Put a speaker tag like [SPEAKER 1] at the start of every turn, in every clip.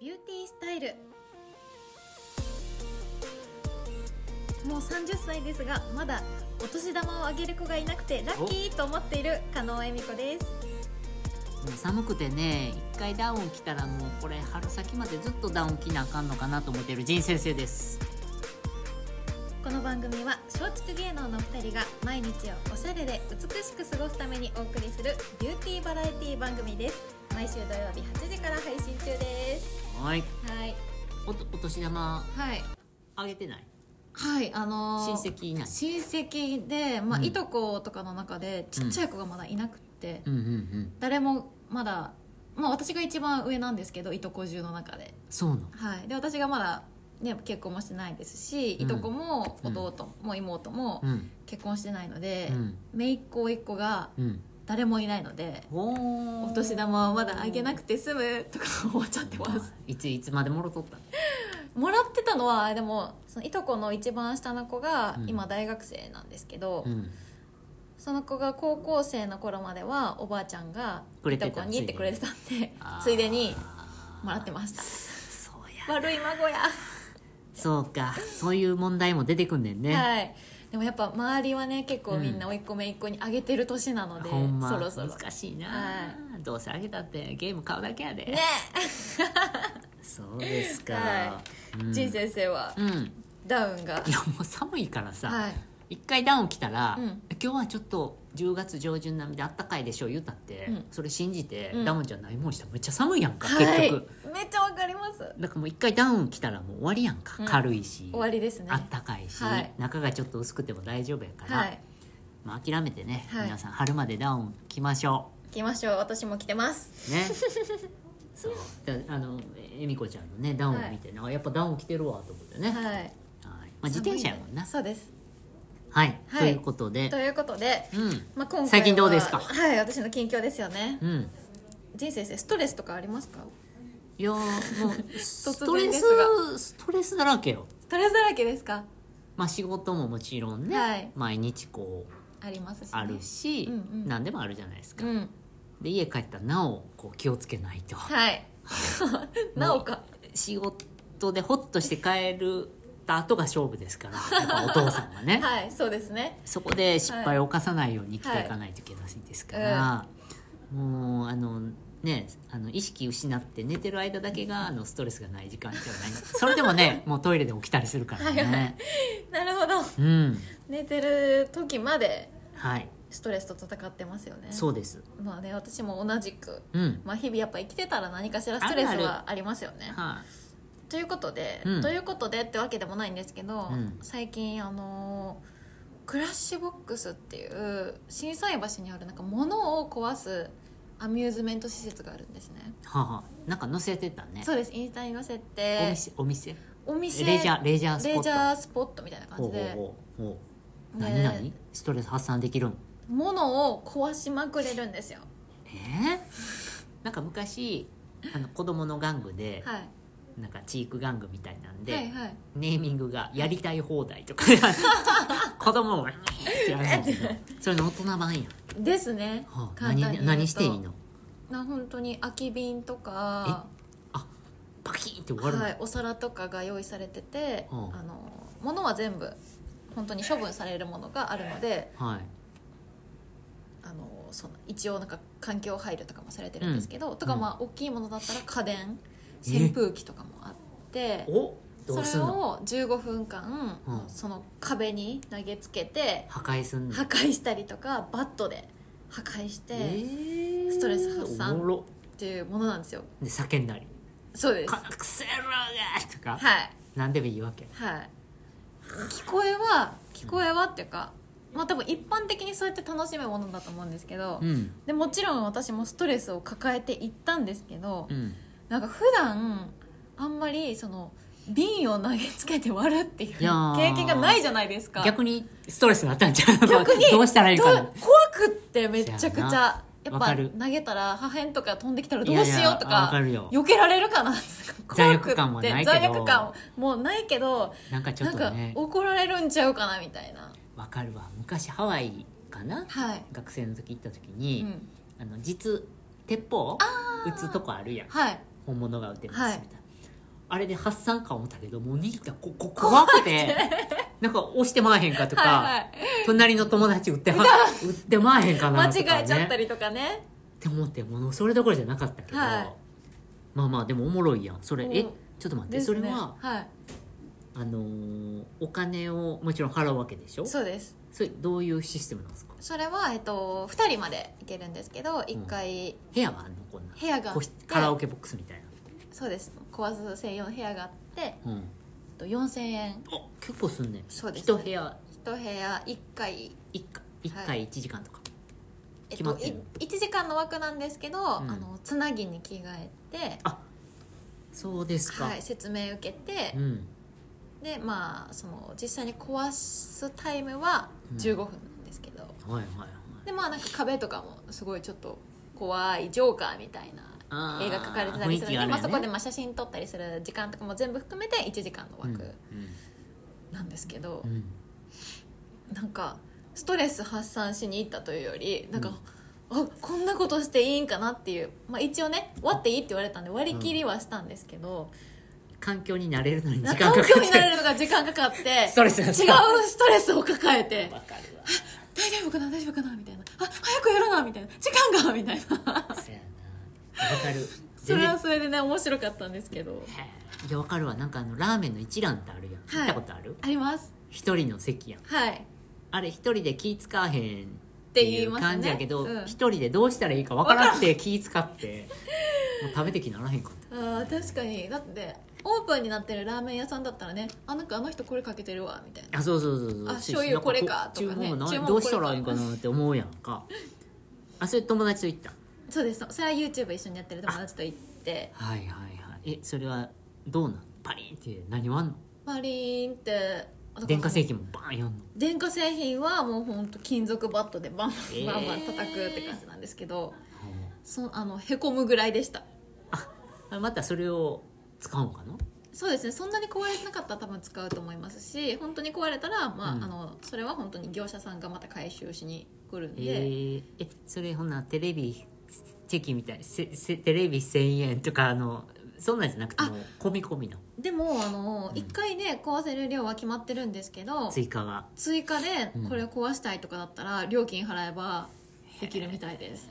[SPEAKER 1] ビューティースタイルもう30歳ですがまだお年玉をあげる子がいなくてラッキーと思っている加納恵美子です
[SPEAKER 2] もう寒くてね一回ダウン着たらもうこれ春先までずっとダウン着なあかんのかなと思ってる仁先生です
[SPEAKER 1] この番組は松竹芸能の2人が毎日をおしゃれで美しく過ごすためにお送りするビューティーバラエティ番組です毎週土曜日8時から配信中です
[SPEAKER 2] はい
[SPEAKER 1] はい
[SPEAKER 2] おとお年玉
[SPEAKER 1] はい
[SPEAKER 2] あげてない
[SPEAKER 1] はいあの
[SPEAKER 2] 親
[SPEAKER 1] ー
[SPEAKER 2] 戚いない
[SPEAKER 1] 親戚で、まあ
[SPEAKER 2] うん
[SPEAKER 1] いとことかの中でちっちゃい子がまだいなくて、
[SPEAKER 2] うんうんうん
[SPEAKER 1] 誰もまだ、まあ、私が一番上なんですけどいとこ中の中で,、
[SPEAKER 2] そうなの
[SPEAKER 1] はい、で私がまだ、ね、結婚もしてないですし、
[SPEAKER 2] うん
[SPEAKER 1] いとこも弟も妹も
[SPEAKER 2] うん
[SPEAKER 1] 結婚してないので、
[SPEAKER 2] うん
[SPEAKER 1] 姪っ子甥っ子が
[SPEAKER 2] うん
[SPEAKER 1] 誰もいないので、
[SPEAKER 2] お
[SPEAKER 1] お年玉はまだあげな
[SPEAKER 2] く
[SPEAKER 1] くて済むとか思っちゃってます
[SPEAKER 2] いついつまでもろとったの
[SPEAKER 1] もらってたのはでもそのいとこの一番下の子が
[SPEAKER 2] うん
[SPEAKER 1] 今大学生なんですけど、
[SPEAKER 2] うん
[SPEAKER 1] その子が高校生の頃まではおばあちゃんが
[SPEAKER 2] くれ
[SPEAKER 1] い
[SPEAKER 2] てた
[SPEAKER 1] とこにってくれてたんで
[SPEAKER 2] あー
[SPEAKER 1] ついでにもらってました
[SPEAKER 2] そうや
[SPEAKER 1] 悪い孫や、
[SPEAKER 2] そうかそういう問題も出てくんねんね、
[SPEAKER 1] はいでもやっぱ周りはね結構みんな
[SPEAKER 2] うん
[SPEAKER 1] 甥っ子姪っ子にあげてる年なので、
[SPEAKER 2] ほんま
[SPEAKER 1] そろそろ
[SPEAKER 2] 難しいな、
[SPEAKER 1] は
[SPEAKER 2] どうせあげたってゲーム買うだけやで、
[SPEAKER 1] ね
[SPEAKER 2] そうですか、
[SPEAKER 1] は
[SPEAKER 2] うん
[SPEAKER 1] 仁、先生は
[SPEAKER 2] うん
[SPEAKER 1] ダウンが
[SPEAKER 2] いやもう寒いからさ、
[SPEAKER 1] はい
[SPEAKER 2] 一回ダウン来たら、
[SPEAKER 1] うん
[SPEAKER 2] 今日はちょっと10月上旬並みであったかいでしょう言うたって、
[SPEAKER 1] うん
[SPEAKER 2] それ信じて、
[SPEAKER 1] うん
[SPEAKER 2] ダウンじゃないもんしたらめっちゃ寒いやんか、
[SPEAKER 1] はい
[SPEAKER 2] 結局
[SPEAKER 1] めっちゃわかります
[SPEAKER 2] だからもう一回ダウン来たらもう終わりやんか、
[SPEAKER 1] うん
[SPEAKER 2] 軽いし
[SPEAKER 1] 終わりですね
[SPEAKER 2] あったかいし、
[SPEAKER 1] はい
[SPEAKER 2] 中がちょっと薄くても大丈夫やから、
[SPEAKER 1] はい
[SPEAKER 2] まあ、諦めてね、
[SPEAKER 1] はい
[SPEAKER 2] 皆さん春までダウン着ましょ
[SPEAKER 1] 行きましょう私も来てます
[SPEAKER 2] うねそうだあのえみこちゃんのねダウンを見てね、あやっぱダウン着てるわと思ってね、はい
[SPEAKER 1] はい
[SPEAKER 2] まあ、自転車やもんな
[SPEAKER 1] そうです
[SPEAKER 2] はい、
[SPEAKER 1] はい
[SPEAKER 2] ということで
[SPEAKER 1] ということで、
[SPEAKER 2] うん
[SPEAKER 1] まあ、今回は
[SPEAKER 2] 最近どうですか
[SPEAKER 1] はい私の近況ですよね
[SPEAKER 2] うん
[SPEAKER 1] 仁先生ストレスとかありますか
[SPEAKER 2] いやー もうスト
[SPEAKER 1] 然
[SPEAKER 2] レ
[SPEAKER 1] です
[SPEAKER 2] スストレスだらけよ
[SPEAKER 1] ストレスだらけですか
[SPEAKER 2] まあ仕事ももちろんね、
[SPEAKER 1] はい
[SPEAKER 2] 毎日こう
[SPEAKER 1] ありますし、ね、
[SPEAKER 2] あるし、
[SPEAKER 1] うんうん
[SPEAKER 2] 何でもあるじゃないです
[SPEAKER 1] う
[SPEAKER 2] か、
[SPEAKER 1] ん
[SPEAKER 2] で家帰ったらなおこう気をつけないと
[SPEAKER 1] はい なおか
[SPEAKER 2] 仕事でホッとして帰るた後が勝負ですからやっぱお父さんは ね、
[SPEAKER 1] はいそうですね
[SPEAKER 2] そこで失敗を犯さないように生きていかないといけないですから、もうあのねあの意識失って寝てる間だけがあのストレスがない時間じゃないそれでもねもうトイレで起きたりするからね、
[SPEAKER 1] はいはいなるほど
[SPEAKER 2] うん
[SPEAKER 1] 寝てる時まで
[SPEAKER 2] はい
[SPEAKER 1] ストレスと戦ってますよね
[SPEAKER 2] そうです
[SPEAKER 1] まあね私も同じく
[SPEAKER 2] うん
[SPEAKER 1] まあ日々やっぱ生きてたら何かしらストレスはありますよね
[SPEAKER 2] は
[SPEAKER 1] ということで、
[SPEAKER 2] うん
[SPEAKER 1] ということでってわけでもないんですけど、
[SPEAKER 2] うん
[SPEAKER 1] 最近あのークラッシュボックスっていう心斎橋にあるなんか物を壊すアミューズメント施設があるんですね
[SPEAKER 2] いはあはあなんか載せてたね
[SPEAKER 1] そうですインスタに載せ
[SPEAKER 2] お
[SPEAKER 1] て
[SPEAKER 2] 店お店
[SPEAKER 1] お店
[SPEAKER 2] レジャーレジャースポ
[SPEAKER 1] レ
[SPEAKER 2] ット
[SPEAKER 1] ジャースポットみたいな感
[SPEAKER 2] ほう
[SPEAKER 1] じで
[SPEAKER 2] ほうほうほう
[SPEAKER 1] ね
[SPEAKER 2] 何何ストレス発散できるん
[SPEAKER 1] 物を壊しまくれるんですよ
[SPEAKER 2] えー、なんか昔あの子供の玩具で、
[SPEAKER 1] はい
[SPEAKER 2] なんかチーク玩具みたいなんで、
[SPEAKER 1] はいはい
[SPEAKER 2] ネーミングが「やりたい放題」 とか子供もってやるんだけどそれの大人版やん、
[SPEAKER 1] ですね、
[SPEAKER 2] はあ、
[SPEAKER 1] 簡単に言うと
[SPEAKER 2] 何何していいの
[SPEAKER 1] な本当に空き瓶とか
[SPEAKER 2] パキーンって終わるの、
[SPEAKER 1] はい、お皿とかが用意されてて、
[SPEAKER 2] うん
[SPEAKER 1] あの物は全部本当に処分されるものがあるので
[SPEAKER 2] はい
[SPEAKER 1] あのその一応なんか環境配慮とかもされてるんですけど、とか
[SPEAKER 2] うん
[SPEAKER 1] まあ大きいものだったら家電
[SPEAKER 2] え
[SPEAKER 1] 扇風機とかもあって
[SPEAKER 2] おど
[SPEAKER 1] そう
[SPEAKER 2] す
[SPEAKER 1] れ
[SPEAKER 2] んの
[SPEAKER 1] を15分間、
[SPEAKER 2] うん
[SPEAKER 1] その壁に投げつけて
[SPEAKER 2] 破壊すんの
[SPEAKER 1] 破壊したりとかバットで破壊してっ
[SPEAKER 2] えー
[SPEAKER 1] ストレス発散
[SPEAKER 2] おもろ
[SPEAKER 1] ていうものなんですよ。
[SPEAKER 2] で叫んだり
[SPEAKER 1] そう
[SPEAKER 2] 「
[SPEAKER 1] です
[SPEAKER 2] こ
[SPEAKER 1] は
[SPEAKER 2] のクソ野郎が!」とか、
[SPEAKER 1] い
[SPEAKER 2] 何でもいいわけ
[SPEAKER 1] はい、聞こえは聞こえはっていうか、まあ、多分一般的にそうやって楽しむものだと思うんですけど、
[SPEAKER 2] うん
[SPEAKER 1] でもちろん私もストレスを抱えていったんですけど、
[SPEAKER 2] うん
[SPEAKER 1] なんか普段あんまりその瓶を投げつけて割るっていう経
[SPEAKER 2] いやー
[SPEAKER 1] 験がないじゃないですか
[SPEAKER 2] 逆にストレスになったんちゃう
[SPEAKER 1] 逆に
[SPEAKER 2] どうしたらいい
[SPEAKER 1] ど
[SPEAKER 2] かな
[SPEAKER 1] 怖くってめちゃくち
[SPEAKER 2] そ
[SPEAKER 1] ゃやっ
[SPEAKER 2] わ
[SPEAKER 1] ぱ
[SPEAKER 2] かる
[SPEAKER 1] 投げたら破片とか飛んできたらどうしようと
[SPEAKER 2] いやいやわか
[SPEAKER 1] か
[SPEAKER 2] るよ
[SPEAKER 1] 避けられるかな 怖
[SPEAKER 2] 罪
[SPEAKER 1] くって
[SPEAKER 2] 悪感はないけど
[SPEAKER 1] 罪悪感もうないけど
[SPEAKER 2] なんかちょっ
[SPEAKER 1] なん
[SPEAKER 2] と
[SPEAKER 1] か
[SPEAKER 2] ね
[SPEAKER 1] 怒られるんちゃうかなみたいな
[SPEAKER 2] わかるわ昔ハワイかな
[SPEAKER 1] はい、
[SPEAKER 2] 学生の時行った時
[SPEAKER 1] う
[SPEAKER 2] に、
[SPEAKER 1] ん、
[SPEAKER 2] あの実鉄砲撃つとこあるやん
[SPEAKER 1] はい
[SPEAKER 2] 本物が撃てますみたいな、あれで発散感を持ったけどもう逃げたここ怖くてなんか押してまわへんかとか、
[SPEAKER 1] はい
[SPEAKER 2] 隣の友達 売っては売ってまわへんか
[SPEAKER 1] は、
[SPEAKER 2] ないとか、
[SPEAKER 1] 間
[SPEAKER 2] ね、
[SPEAKER 1] 違えちゃったりとかね
[SPEAKER 2] って思ってもうそれどころじゃなかったけど、
[SPEAKER 1] はい
[SPEAKER 2] まあまあでもおもろいやんそれ
[SPEAKER 1] うん
[SPEAKER 2] えちょっと待って、
[SPEAKER 1] です
[SPEAKER 2] そ
[SPEAKER 1] ね
[SPEAKER 2] れは
[SPEAKER 1] はい
[SPEAKER 2] あのーお金をもちろん払うわけでしょそ
[SPEAKER 1] そうです
[SPEAKER 2] れどういうシステムなんですか
[SPEAKER 1] それは、えっと、2人まで行けるんですけど1回
[SPEAKER 2] 部屋はあんのこんな
[SPEAKER 1] 部屋があっ
[SPEAKER 2] 個
[SPEAKER 1] て
[SPEAKER 2] 室カラオケボックスみたい
[SPEAKER 1] そうです小技専用の部屋があってえっ
[SPEAKER 2] な、うん、
[SPEAKER 1] と4000円
[SPEAKER 2] あ結構すんね
[SPEAKER 1] そうです
[SPEAKER 2] 一部屋
[SPEAKER 1] 1部屋1回、
[SPEAKER 2] 一回一回一時間とか、
[SPEAKER 1] えっ
[SPEAKER 2] 決ま
[SPEAKER 1] と、
[SPEAKER 2] ってんの
[SPEAKER 1] 1時間の枠なんですけど、
[SPEAKER 2] ん
[SPEAKER 1] あのつなぎに着替えて
[SPEAKER 2] そうですか、
[SPEAKER 1] はい、説明受けて
[SPEAKER 2] う、ん
[SPEAKER 1] でまあその実際に壊すタイムは15分なんですけど、
[SPEAKER 2] はいはいはい
[SPEAKER 1] でまあなんか壁とかもすごいちょっと怖いジョーカーみたいな
[SPEAKER 2] あー
[SPEAKER 1] 絵が描かれてたりするの
[SPEAKER 2] 雰囲気
[SPEAKER 1] で
[SPEAKER 2] があるよ
[SPEAKER 1] まあ、
[SPEAKER 2] ね
[SPEAKER 1] そこでまあ写真撮ったりする時間とかも全部含めて1時間の
[SPEAKER 2] うん
[SPEAKER 1] 枠なんですけど
[SPEAKER 2] う、ん
[SPEAKER 1] なんかストレス発散しに行ったというよりなんか、あこんなことしていいんかなっていう、まあ、一応ね割っていいって言われたんで割り切りはしたんですけど、
[SPEAKER 2] 環境に慣れるのに
[SPEAKER 1] なん
[SPEAKER 2] 時
[SPEAKER 1] か
[SPEAKER 2] 間かかっ
[SPEAKER 1] 環
[SPEAKER 2] て
[SPEAKER 1] 境になれるのが時間かかって
[SPEAKER 2] ストレス
[SPEAKER 1] 違う
[SPEAKER 2] が
[SPEAKER 1] ストレスを抱えて
[SPEAKER 2] わかるわ
[SPEAKER 1] 大丈夫かな大丈夫かなみたいなあ早くやらなみたいな時間がみたいな
[SPEAKER 2] そやなわかる
[SPEAKER 1] それはそれでね面白かったんですけど
[SPEAKER 2] 全然いやわかるわなんかあのラーメンの一覧ってあるやん、
[SPEAKER 1] はい
[SPEAKER 2] 行ったことある
[SPEAKER 1] あります
[SPEAKER 2] 一人の席やん
[SPEAKER 1] はいっ
[SPEAKER 2] あれ一人で気使わへんっててい
[SPEAKER 1] 言いうますね
[SPEAKER 2] 感じやけど
[SPEAKER 1] うん
[SPEAKER 2] 一、人でどうしたらいいかわからなくて気使ってもう食べてきならへんかった
[SPEAKER 1] あー確かにだってオープンになってるラーメン屋さんだったらねあなんかあの人これかけてるわみたいな
[SPEAKER 2] あそうそうそうそう
[SPEAKER 1] あ醤油これか
[SPEAKER 2] なん
[SPEAKER 1] とかね
[SPEAKER 2] 注文な
[SPEAKER 1] 注文
[SPEAKER 2] どうした
[SPEAKER 1] これから
[SPEAKER 2] いいんかなって思うやん かあそれ友達と行った
[SPEAKER 1] そうですそれは YouTube 一緒にやってる友達と行って
[SPEAKER 2] はいはいはいえそれはどうなんパリンって何割んの
[SPEAKER 1] マリーンってあ
[SPEAKER 2] 電化製品もバーンやんの
[SPEAKER 1] 電化製品はもうほんと金属バットでバンバンバンバン叩くって感じなんですけど、そあのへこむぐらいでした
[SPEAKER 2] あまたそれを使うのかな
[SPEAKER 1] そうですねそんなに壊れてなかったら多分使うと思いますし本当に壊れたら、まあ
[SPEAKER 2] うん
[SPEAKER 1] あのそれは本当に業者さんがまた回収しに来るん
[SPEAKER 2] え
[SPEAKER 1] で、
[SPEAKER 2] ーえそれほなテレビチェキみたいせせテレビ1000円とかあのそんなんじゃなくても込み込みの
[SPEAKER 1] でもあの、
[SPEAKER 2] うん
[SPEAKER 1] 1回ね壊せる量は決まってるんですけど
[SPEAKER 2] 追加が
[SPEAKER 1] 追加で
[SPEAKER 2] うん
[SPEAKER 1] これを壊したいとかだったら料金払えばできるみたいです、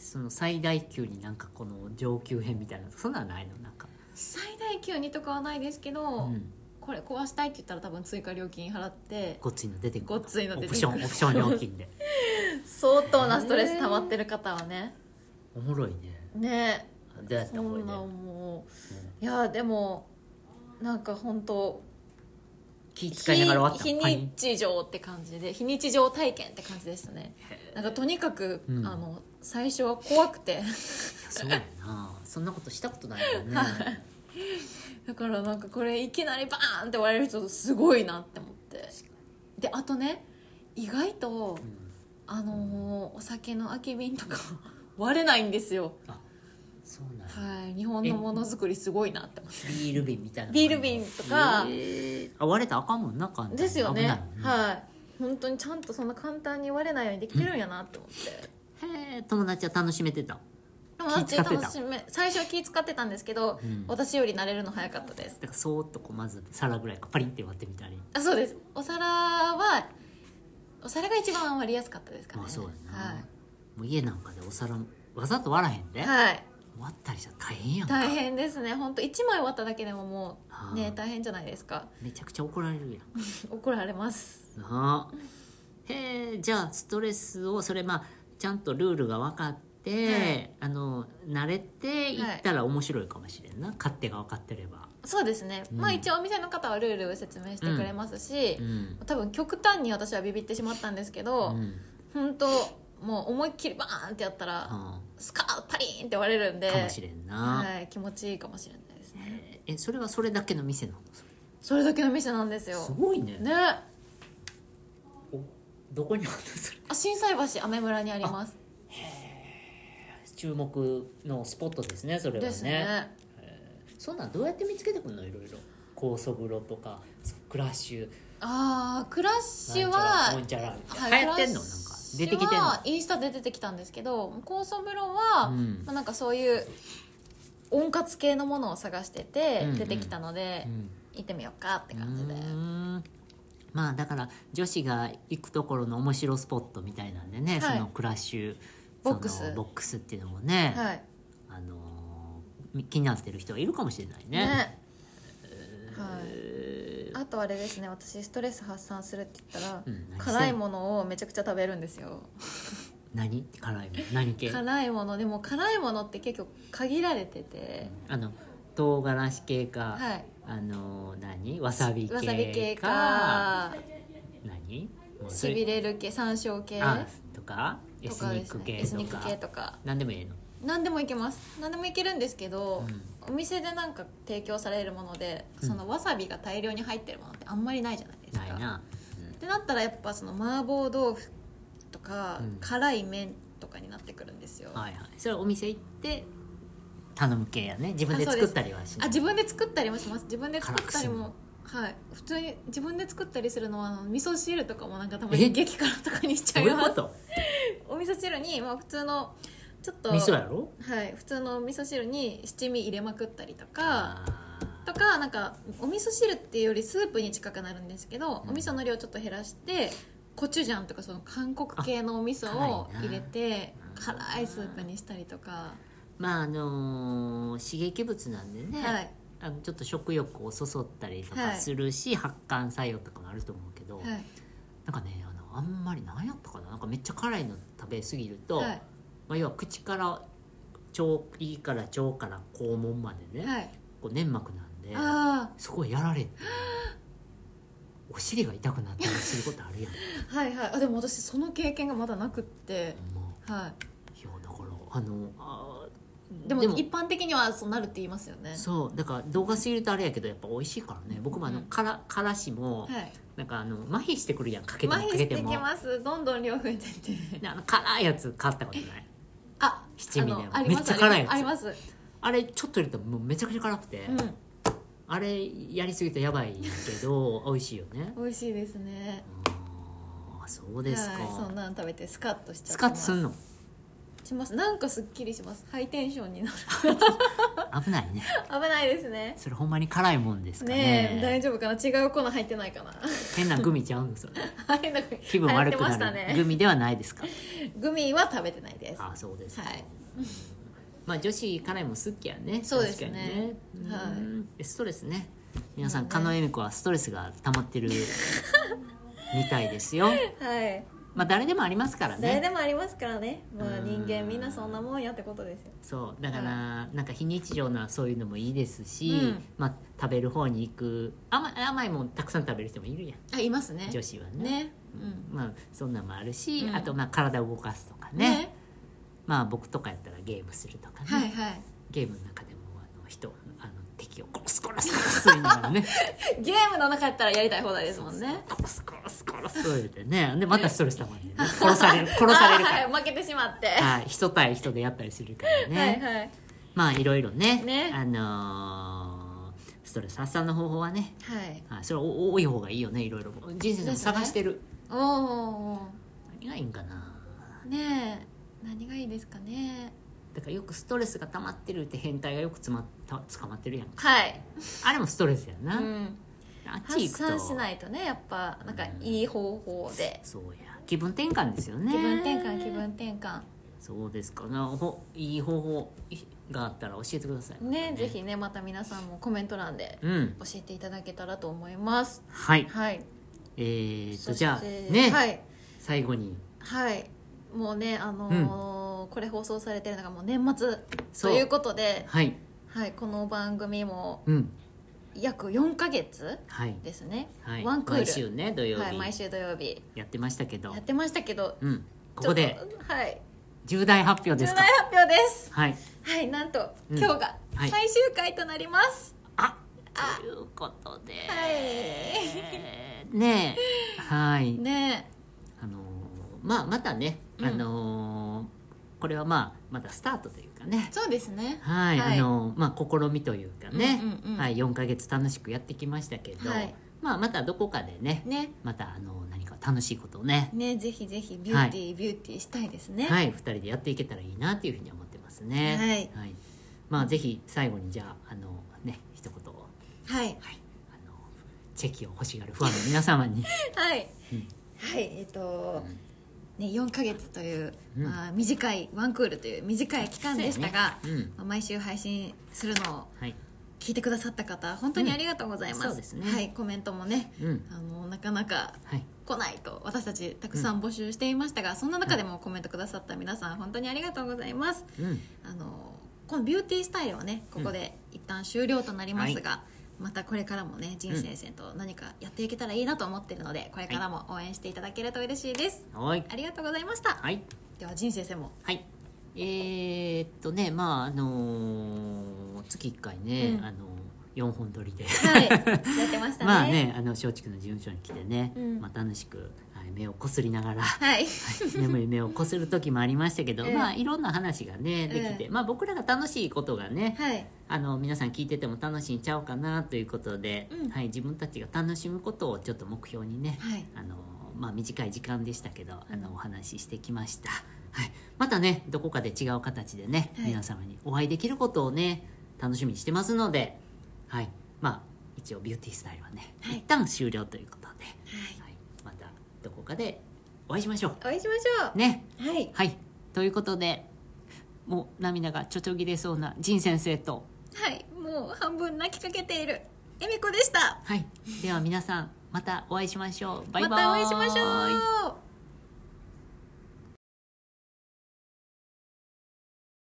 [SPEAKER 2] その最大級になんかこの上級編みたいなそんなんないのなんか、
[SPEAKER 1] 最大級にとかはないですけど、
[SPEAKER 2] うん、
[SPEAKER 1] これ壊したいって言ったら多分追加料金払って
[SPEAKER 2] ごっついの出てくる
[SPEAKER 1] ごっついの出てくる
[SPEAKER 2] オプションオプション料金 で
[SPEAKER 1] 相当なストレス溜まってる方はね
[SPEAKER 2] おもろいね
[SPEAKER 1] ね
[SPEAKER 2] どうやった
[SPEAKER 1] そ
[SPEAKER 2] これ
[SPEAKER 1] ん
[SPEAKER 2] で
[SPEAKER 1] なもういやでもなんか本当
[SPEAKER 2] 気
[SPEAKER 1] 非
[SPEAKER 2] 使いながら終わった
[SPEAKER 1] 非
[SPEAKER 2] パリン
[SPEAKER 1] 日常って感じで非日常体験って感じでしたねなんかとにかく、
[SPEAKER 2] うん
[SPEAKER 1] あの最初は怖くて
[SPEAKER 2] そうやなそんなことしたことないも んね
[SPEAKER 1] だからなんかこれいきなりバーンって割れる人すごいなって思ってであとね意外と
[SPEAKER 2] うん
[SPEAKER 1] あのーお酒の空き瓶とか割れないんですよ
[SPEAKER 2] そうなんや
[SPEAKER 1] はい日本のものづくりすごいなって思って
[SPEAKER 2] ビール瓶みたいなの
[SPEAKER 1] ビール瓶とか
[SPEAKER 2] えーあ割れたらあかんもんな簡単に
[SPEAKER 1] ですよ
[SPEAKER 2] 危
[SPEAKER 1] ね
[SPEAKER 2] ないもんな
[SPEAKER 1] はい本当にちゃんとそんな簡単に割れないようにできてるんやなって思って、
[SPEAKER 2] へえ友達は楽しめてた
[SPEAKER 1] 友達
[SPEAKER 2] 気使ってた
[SPEAKER 1] 楽しめ最初は気使ってたんですけど、
[SPEAKER 2] うん
[SPEAKER 1] 私より慣れるの早かったです
[SPEAKER 2] だからそーっとこうまず皿ぐらいかパリンって割ってみたり
[SPEAKER 1] あそうですお皿はお皿が一番割りやすかったですから
[SPEAKER 2] ま
[SPEAKER 1] ね
[SPEAKER 2] あそうやな、もう家なんかでお皿わざと割らへんで、
[SPEAKER 1] はい、はい、
[SPEAKER 2] 割ったりしたら大変やんか
[SPEAKER 1] 大変ですね本当一枚割っただけでもも
[SPEAKER 2] はあ
[SPEAKER 1] うね大変じゃないですか
[SPEAKER 2] めちゃくちゃ怒られるやん
[SPEAKER 1] 怒られます
[SPEAKER 2] なあへえじゃあストレスをそれまあちゃんとルールが分かって、
[SPEAKER 1] はい
[SPEAKER 2] あの慣れていったら面白いかもしれんな、勝手が分かってれば、
[SPEAKER 1] そうですね、
[SPEAKER 2] うん
[SPEAKER 1] まあ一応お店の方はルールを説明してくれますし、
[SPEAKER 2] うん
[SPEAKER 1] 多分極端に私はビビってしまったんですけど、
[SPEAKER 2] うん
[SPEAKER 1] 本当もう思いっきりバーンってやったら、
[SPEAKER 2] あ
[SPEAKER 1] スカーッパリーンって割れるんで
[SPEAKER 2] あかもしれんな、
[SPEAKER 1] はい、気持ちいいかもしれないですね
[SPEAKER 2] えそれはそれだけの店なのそれ
[SPEAKER 1] それだけの店なんですよ
[SPEAKER 2] すごいね
[SPEAKER 1] ねあ
[SPEAKER 2] おどこにあるのそれ
[SPEAKER 1] 心斎橋雨村にあります
[SPEAKER 2] 注目のスポットですねそれはね
[SPEAKER 1] ですね
[SPEAKER 2] そんなんどうやって見つけてくんのいろいろ高速風呂とかクラッシュ
[SPEAKER 1] ああクラッシュ
[SPEAKER 2] なんちゃら
[SPEAKER 1] は
[SPEAKER 2] もんちゃらみた
[SPEAKER 1] は
[SPEAKER 2] いない流行ってんの
[SPEAKER 1] ク
[SPEAKER 2] な
[SPEAKER 1] ラ
[SPEAKER 2] ん
[SPEAKER 1] ッ
[SPEAKER 2] か
[SPEAKER 1] シュ
[SPEAKER 2] 出てきてんの
[SPEAKER 1] はインスタで出てきたんですけど高層風呂は、
[SPEAKER 2] うん
[SPEAKER 1] まあ、なんかそういう温活系のものを探してて
[SPEAKER 2] うんうん
[SPEAKER 1] 出てきたので、行ってみようかって感じで、
[SPEAKER 2] うーんまあだから女子が行くところの面白スポットみたいなんでね、
[SPEAKER 1] はい
[SPEAKER 2] そのクラッシュ
[SPEAKER 1] ボックス
[SPEAKER 2] そのボックスっていうのもね、
[SPEAKER 1] はい
[SPEAKER 2] あのー気になってる人がいるかもしれないね。
[SPEAKER 1] ねはいあとあれですね私ストレス発散するって言ったら、
[SPEAKER 2] うん何してんの
[SPEAKER 1] 辛いものをめちゃくちゃ食べるんですよ
[SPEAKER 2] 何辛いもの何系
[SPEAKER 1] 辛いものでも辛いものって結構限られてて、
[SPEAKER 2] あの唐辛子系か、
[SPEAKER 1] はい
[SPEAKER 2] あのー何わさび系か
[SPEAKER 1] わさび系か
[SPEAKER 2] 何もうそ
[SPEAKER 1] し
[SPEAKER 2] れ
[SPEAKER 1] びれる系山椒系
[SPEAKER 2] あとかエ
[SPEAKER 1] と
[SPEAKER 2] ス
[SPEAKER 1] か
[SPEAKER 2] ニ
[SPEAKER 1] で
[SPEAKER 2] ッ
[SPEAKER 1] す
[SPEAKER 2] ク
[SPEAKER 1] ね
[SPEAKER 2] 系
[SPEAKER 1] エス
[SPEAKER 2] と
[SPEAKER 1] ニッ
[SPEAKER 2] か
[SPEAKER 1] ク系とか
[SPEAKER 2] 何でもいいの
[SPEAKER 1] 何でもいけます何でもいけるんですけど、
[SPEAKER 2] うん
[SPEAKER 1] お店でなんか提供されるもので
[SPEAKER 2] うん
[SPEAKER 1] そのわさびが大量に入ってるものってあんまりないじゃないです
[SPEAKER 2] な
[SPEAKER 1] か
[SPEAKER 2] いな、う
[SPEAKER 1] っ
[SPEAKER 2] ん
[SPEAKER 1] てなったらやっぱその麻婆豆腐とか、
[SPEAKER 2] うん
[SPEAKER 1] 辛い麺とかになってくるんですよ、
[SPEAKER 2] はいはい、それお店行って頼む系やね自分で作ったりはしな
[SPEAKER 1] あ
[SPEAKER 2] い
[SPEAKER 1] 自分で作ったりもします自分で作ったり
[SPEAKER 2] 辛
[SPEAKER 1] もはい普通に自分で作ったりするのはあの味噌汁とかもなんかたまに激辛とかにしちゃ
[SPEAKER 2] ど
[SPEAKER 1] いう
[SPEAKER 2] いう
[SPEAKER 1] ま
[SPEAKER 2] こ
[SPEAKER 1] す
[SPEAKER 2] と
[SPEAKER 1] お味噌汁に、まあ、普通のちょっと
[SPEAKER 2] 味噌やろ
[SPEAKER 1] はい普通のお味噌汁に七味入れまくったりとか
[SPEAKER 2] あ
[SPEAKER 1] とかなんかお味噌汁っていうよりスープに近くなるんですけど、
[SPEAKER 2] うん
[SPEAKER 1] お味噌の量ちょっと減らしてコチュジャンとかその韓国系のお味噌を
[SPEAKER 2] あ辛いな
[SPEAKER 1] 入れて
[SPEAKER 2] うん
[SPEAKER 1] 辛いスープにしたりとか、
[SPEAKER 2] まああのー刺激物なんでね、
[SPEAKER 1] はい
[SPEAKER 2] あのちょっと食欲をそそったりとか
[SPEAKER 1] はい
[SPEAKER 2] するし、発汗作用とかもあると思うけど、
[SPEAKER 1] はい
[SPEAKER 2] なんかねあのあんまり何やったかななんかめっちゃ辛いの食べ過ぎると、
[SPEAKER 1] はい
[SPEAKER 2] まあ、要は口から腸胃から腸から肛門までね、
[SPEAKER 1] はい
[SPEAKER 2] こう粘膜なんで
[SPEAKER 1] あ
[SPEAKER 2] そこやられてお尻が痛くなったりすることあるやん
[SPEAKER 1] ーはいはいあでも私その経験がまだなくって
[SPEAKER 2] ほんま
[SPEAKER 1] はい
[SPEAKER 2] やだからあのあー
[SPEAKER 1] いでも一般的にはそうなるって言いますよね
[SPEAKER 2] そうだから動画すぎるとあれやけどやっぱ美味しいからね僕もあの、
[SPEAKER 1] うん
[SPEAKER 2] からからしも、
[SPEAKER 1] はい
[SPEAKER 2] なんかあの麻痺してくるやんかけても
[SPEAKER 1] 麻痺
[SPEAKER 2] かけ
[SPEAKER 1] しててき
[SPEAKER 2] も
[SPEAKER 1] ますどんどん量増えてって
[SPEAKER 2] であの辛いやつ買ったことない
[SPEAKER 1] あ
[SPEAKER 2] 七味でも
[SPEAKER 1] あのあります
[SPEAKER 2] めっちゃ辛いやつ
[SPEAKER 1] あります
[SPEAKER 2] あれちょっと入れたらもうめちゃくちゃ辛くて、
[SPEAKER 1] う
[SPEAKER 2] あれやりすぎたらやばいけど 美味しいよね
[SPEAKER 1] ん美味しいですね
[SPEAKER 2] あーそうですか、
[SPEAKER 1] はい、そんなん食べてスカッとしちゃ
[SPEAKER 2] ス
[SPEAKER 1] って
[SPEAKER 2] カ
[SPEAKER 1] ま
[SPEAKER 2] ッとすんの
[SPEAKER 1] しますなんかすっきりしますハイテンションになる
[SPEAKER 2] 危ないね
[SPEAKER 1] 危ないですね
[SPEAKER 2] それほんまに辛いもんですかね
[SPEAKER 1] ねえ大丈夫かな違う粉入ってないかな
[SPEAKER 2] 変なグミちゃうんですよね
[SPEAKER 1] はいなんか
[SPEAKER 2] 気分
[SPEAKER 1] 流行っ
[SPEAKER 2] 悪
[SPEAKER 1] て
[SPEAKER 2] く
[SPEAKER 1] ました
[SPEAKER 2] なるグ
[SPEAKER 1] ね
[SPEAKER 2] ミではないですか
[SPEAKER 1] グミは食べてないです
[SPEAKER 2] あそうですか、
[SPEAKER 1] はい
[SPEAKER 2] まあ女子辛いもん好きやね
[SPEAKER 1] そうですね
[SPEAKER 2] 確か
[SPEAKER 1] はい
[SPEAKER 2] にねうんストレスね皆さん
[SPEAKER 1] まあ
[SPEAKER 2] 狩
[SPEAKER 1] ね
[SPEAKER 2] 野恵美子はストレスが溜まってるみたいで すよ
[SPEAKER 1] はい
[SPEAKER 2] まあ誰でもありますから
[SPEAKER 1] 誰
[SPEAKER 2] ね
[SPEAKER 1] でもありますからねまあ
[SPEAKER 2] う
[SPEAKER 1] 人
[SPEAKER 2] ん
[SPEAKER 1] 間みんなそんなもんやってことですよ
[SPEAKER 2] そうだから、なんか非日常なそういうのもいいですし、
[SPEAKER 1] うん
[SPEAKER 2] まあ食べる方に行く甘い甘いもんたくさん食べる人もいるやん
[SPEAKER 1] あいますね
[SPEAKER 2] 女子はね
[SPEAKER 1] ね
[SPEAKER 2] うんまあそんなんもあるし、
[SPEAKER 1] うん
[SPEAKER 2] あとまあ体を動かすとか
[SPEAKER 1] うん
[SPEAKER 2] ねまあ僕とかやったらゲームするとかね、
[SPEAKER 1] はいはい
[SPEAKER 2] ゲームの中でもあの人あの敵を殺す殺す殺す言いな がらね
[SPEAKER 1] ゲームの中やったらやりたい放題ですもんね
[SPEAKER 2] 殺す殺す殺す言うてねでまたストレスたまんでね殺される殺されるか
[SPEAKER 1] あ
[SPEAKER 2] ら
[SPEAKER 1] ーはい負けてしまって
[SPEAKER 2] はい人対人でやったりするからね、
[SPEAKER 1] はいはい
[SPEAKER 2] まあいろいろね
[SPEAKER 1] ね
[SPEAKER 2] あのーストレス発散の方法はね
[SPEAKER 1] はい
[SPEAKER 2] あそれはお多い方がいいよねいろいろ人生でも探してる、
[SPEAKER 1] おーおーおー
[SPEAKER 2] 何がいいんかな
[SPEAKER 1] ねえ何がいいですかね
[SPEAKER 2] だからよくストレスが溜まってるって変態がよくつまった捕まってるやん
[SPEAKER 1] はい、
[SPEAKER 2] あれもストレスや
[SPEAKER 1] う
[SPEAKER 2] な、
[SPEAKER 1] ん、
[SPEAKER 2] あっち
[SPEAKER 1] 発
[SPEAKER 2] 行くと
[SPEAKER 1] 散しないとねやっぱなんかいい方法で、
[SPEAKER 2] そうや気分転換ですよね
[SPEAKER 1] 気分転換気分転換
[SPEAKER 2] そうですかなほいい方法があったら教えてください
[SPEAKER 1] ねぜひねまた皆さんもコメント欄で
[SPEAKER 2] うん
[SPEAKER 1] 教えていただけたらと思います
[SPEAKER 2] はい
[SPEAKER 1] はい
[SPEAKER 2] えー、
[SPEAKER 1] そし
[SPEAKER 2] と
[SPEAKER 1] て
[SPEAKER 2] じゃあね、
[SPEAKER 1] はい
[SPEAKER 2] 最後に
[SPEAKER 1] はいもうねあのーこれ放送されてるのがもう年末ということで、
[SPEAKER 2] はい
[SPEAKER 1] はい、この番組も
[SPEAKER 2] うん
[SPEAKER 1] 約4か月
[SPEAKER 2] はい、
[SPEAKER 1] ですね、
[SPEAKER 2] はい、
[SPEAKER 1] ワンクール
[SPEAKER 2] 毎週ね土曜日、
[SPEAKER 1] はい、毎週土曜日
[SPEAKER 2] やってましたけど
[SPEAKER 1] やってましたけど
[SPEAKER 2] うんここで
[SPEAKER 1] ちょっとはい
[SPEAKER 2] 重大発表で
[SPEAKER 1] 重
[SPEAKER 2] す
[SPEAKER 1] 大
[SPEAKER 2] か
[SPEAKER 1] 発表です
[SPEAKER 2] はい
[SPEAKER 1] はいなんと、
[SPEAKER 2] うん
[SPEAKER 1] 今日が
[SPEAKER 2] はい
[SPEAKER 1] 最終回となります
[SPEAKER 2] あ
[SPEAKER 1] あ
[SPEAKER 2] ということで、
[SPEAKER 1] は
[SPEAKER 2] ねえはい
[SPEAKER 1] ね
[SPEAKER 2] あのーまあまたね、
[SPEAKER 1] うん
[SPEAKER 2] あのーこれはまあまだスタートというかね
[SPEAKER 1] そうですね
[SPEAKER 2] はい、
[SPEAKER 1] はい
[SPEAKER 2] あのーまあ試みというかね、
[SPEAKER 1] うんうんうん
[SPEAKER 2] はい、4ヶ月楽しくやってきましたけど、
[SPEAKER 1] はい
[SPEAKER 2] まあまたどこかでね
[SPEAKER 1] ね
[SPEAKER 2] またあのー何か楽しいことをね
[SPEAKER 1] ねぜひぜひビューティー、ビューティーしたいですね
[SPEAKER 2] はい、2人でやっていけたらいいなというふうに思ってますね。
[SPEAKER 1] はい
[SPEAKER 2] はいまあぜひ最後にじゃああのね一言を
[SPEAKER 1] はい
[SPEAKER 2] あのチェキを欲しがるファンの皆様 に
[SPEAKER 1] はい、
[SPEAKER 2] うん
[SPEAKER 1] はいえっ、と、ね、4ヶ月という、
[SPEAKER 2] うん
[SPEAKER 1] まあ、短いワンクールという短い期間でしたが、
[SPEAKER 2] そうやねうん
[SPEAKER 1] まあ毎週配信するのを
[SPEAKER 2] はい、
[SPEAKER 1] 聞いてくださった方本当にありがとうございます,、
[SPEAKER 2] うんそうですね
[SPEAKER 1] はい、コメントもね
[SPEAKER 2] うん、
[SPEAKER 1] あのなかなか
[SPEAKER 2] はい、
[SPEAKER 1] 来ないと私たちたくさん募集していましたが、そんな中でもコメントくださった皆さん本当にありがとうございます
[SPEAKER 2] うん、
[SPEAKER 1] あのこのビューティースタイルはねここで一旦終了となりますが、またこれからもね人生戦と何かやっていけたらいいなと思ってるのでこれからも応援していただけると嬉しいです、
[SPEAKER 2] はい、
[SPEAKER 1] ありがとうございました
[SPEAKER 2] はい、
[SPEAKER 1] では人生戦 も
[SPEAKER 2] はい。えー、っとね、まあ、あのー月1回ね、
[SPEAKER 1] うん
[SPEAKER 2] あの4本撮りで。
[SPEAKER 1] はいやってましたね
[SPEAKER 2] まあね、あの松竹の事務所に来てね、
[SPEAKER 1] うん
[SPEAKER 2] まあ、楽しく、はい、目をこすりながら。
[SPEAKER 1] はい
[SPEAKER 2] 眠い目をこする時もありましたけど、
[SPEAKER 1] ええ
[SPEAKER 2] まあいろんな話がねできて、
[SPEAKER 1] ええ
[SPEAKER 2] まあ僕らが楽しいことがね、
[SPEAKER 1] はい
[SPEAKER 2] あの皆さん聞いてても楽しいんちゃうかなということで、
[SPEAKER 1] うん
[SPEAKER 2] はい、自分たちが楽しむことをちょっと目標にね、
[SPEAKER 1] はい
[SPEAKER 2] あのまあ、短い時間でしたけどあ
[SPEAKER 1] う
[SPEAKER 2] の
[SPEAKER 1] ん
[SPEAKER 2] お話ししてきました、はい、またねどこかで違う形でね、
[SPEAKER 1] はい
[SPEAKER 2] 皆様にお会いできることをね楽しみにしてますので、はい、まあ一応ビューティースタイルはね、
[SPEAKER 1] はい
[SPEAKER 2] 一旦終了ということで、はい、またどこかでお会いしましょ
[SPEAKER 1] お会いしましょ
[SPEAKER 2] うね
[SPEAKER 1] うはい
[SPEAKER 2] はいということでもう涙がちょちょぎれそうな仁先生と
[SPEAKER 1] はいもう半分泣きかけているえみこでした
[SPEAKER 2] はい、では皆さんまたお会いしましょう。バイバイ。
[SPEAKER 1] またお会いしましょう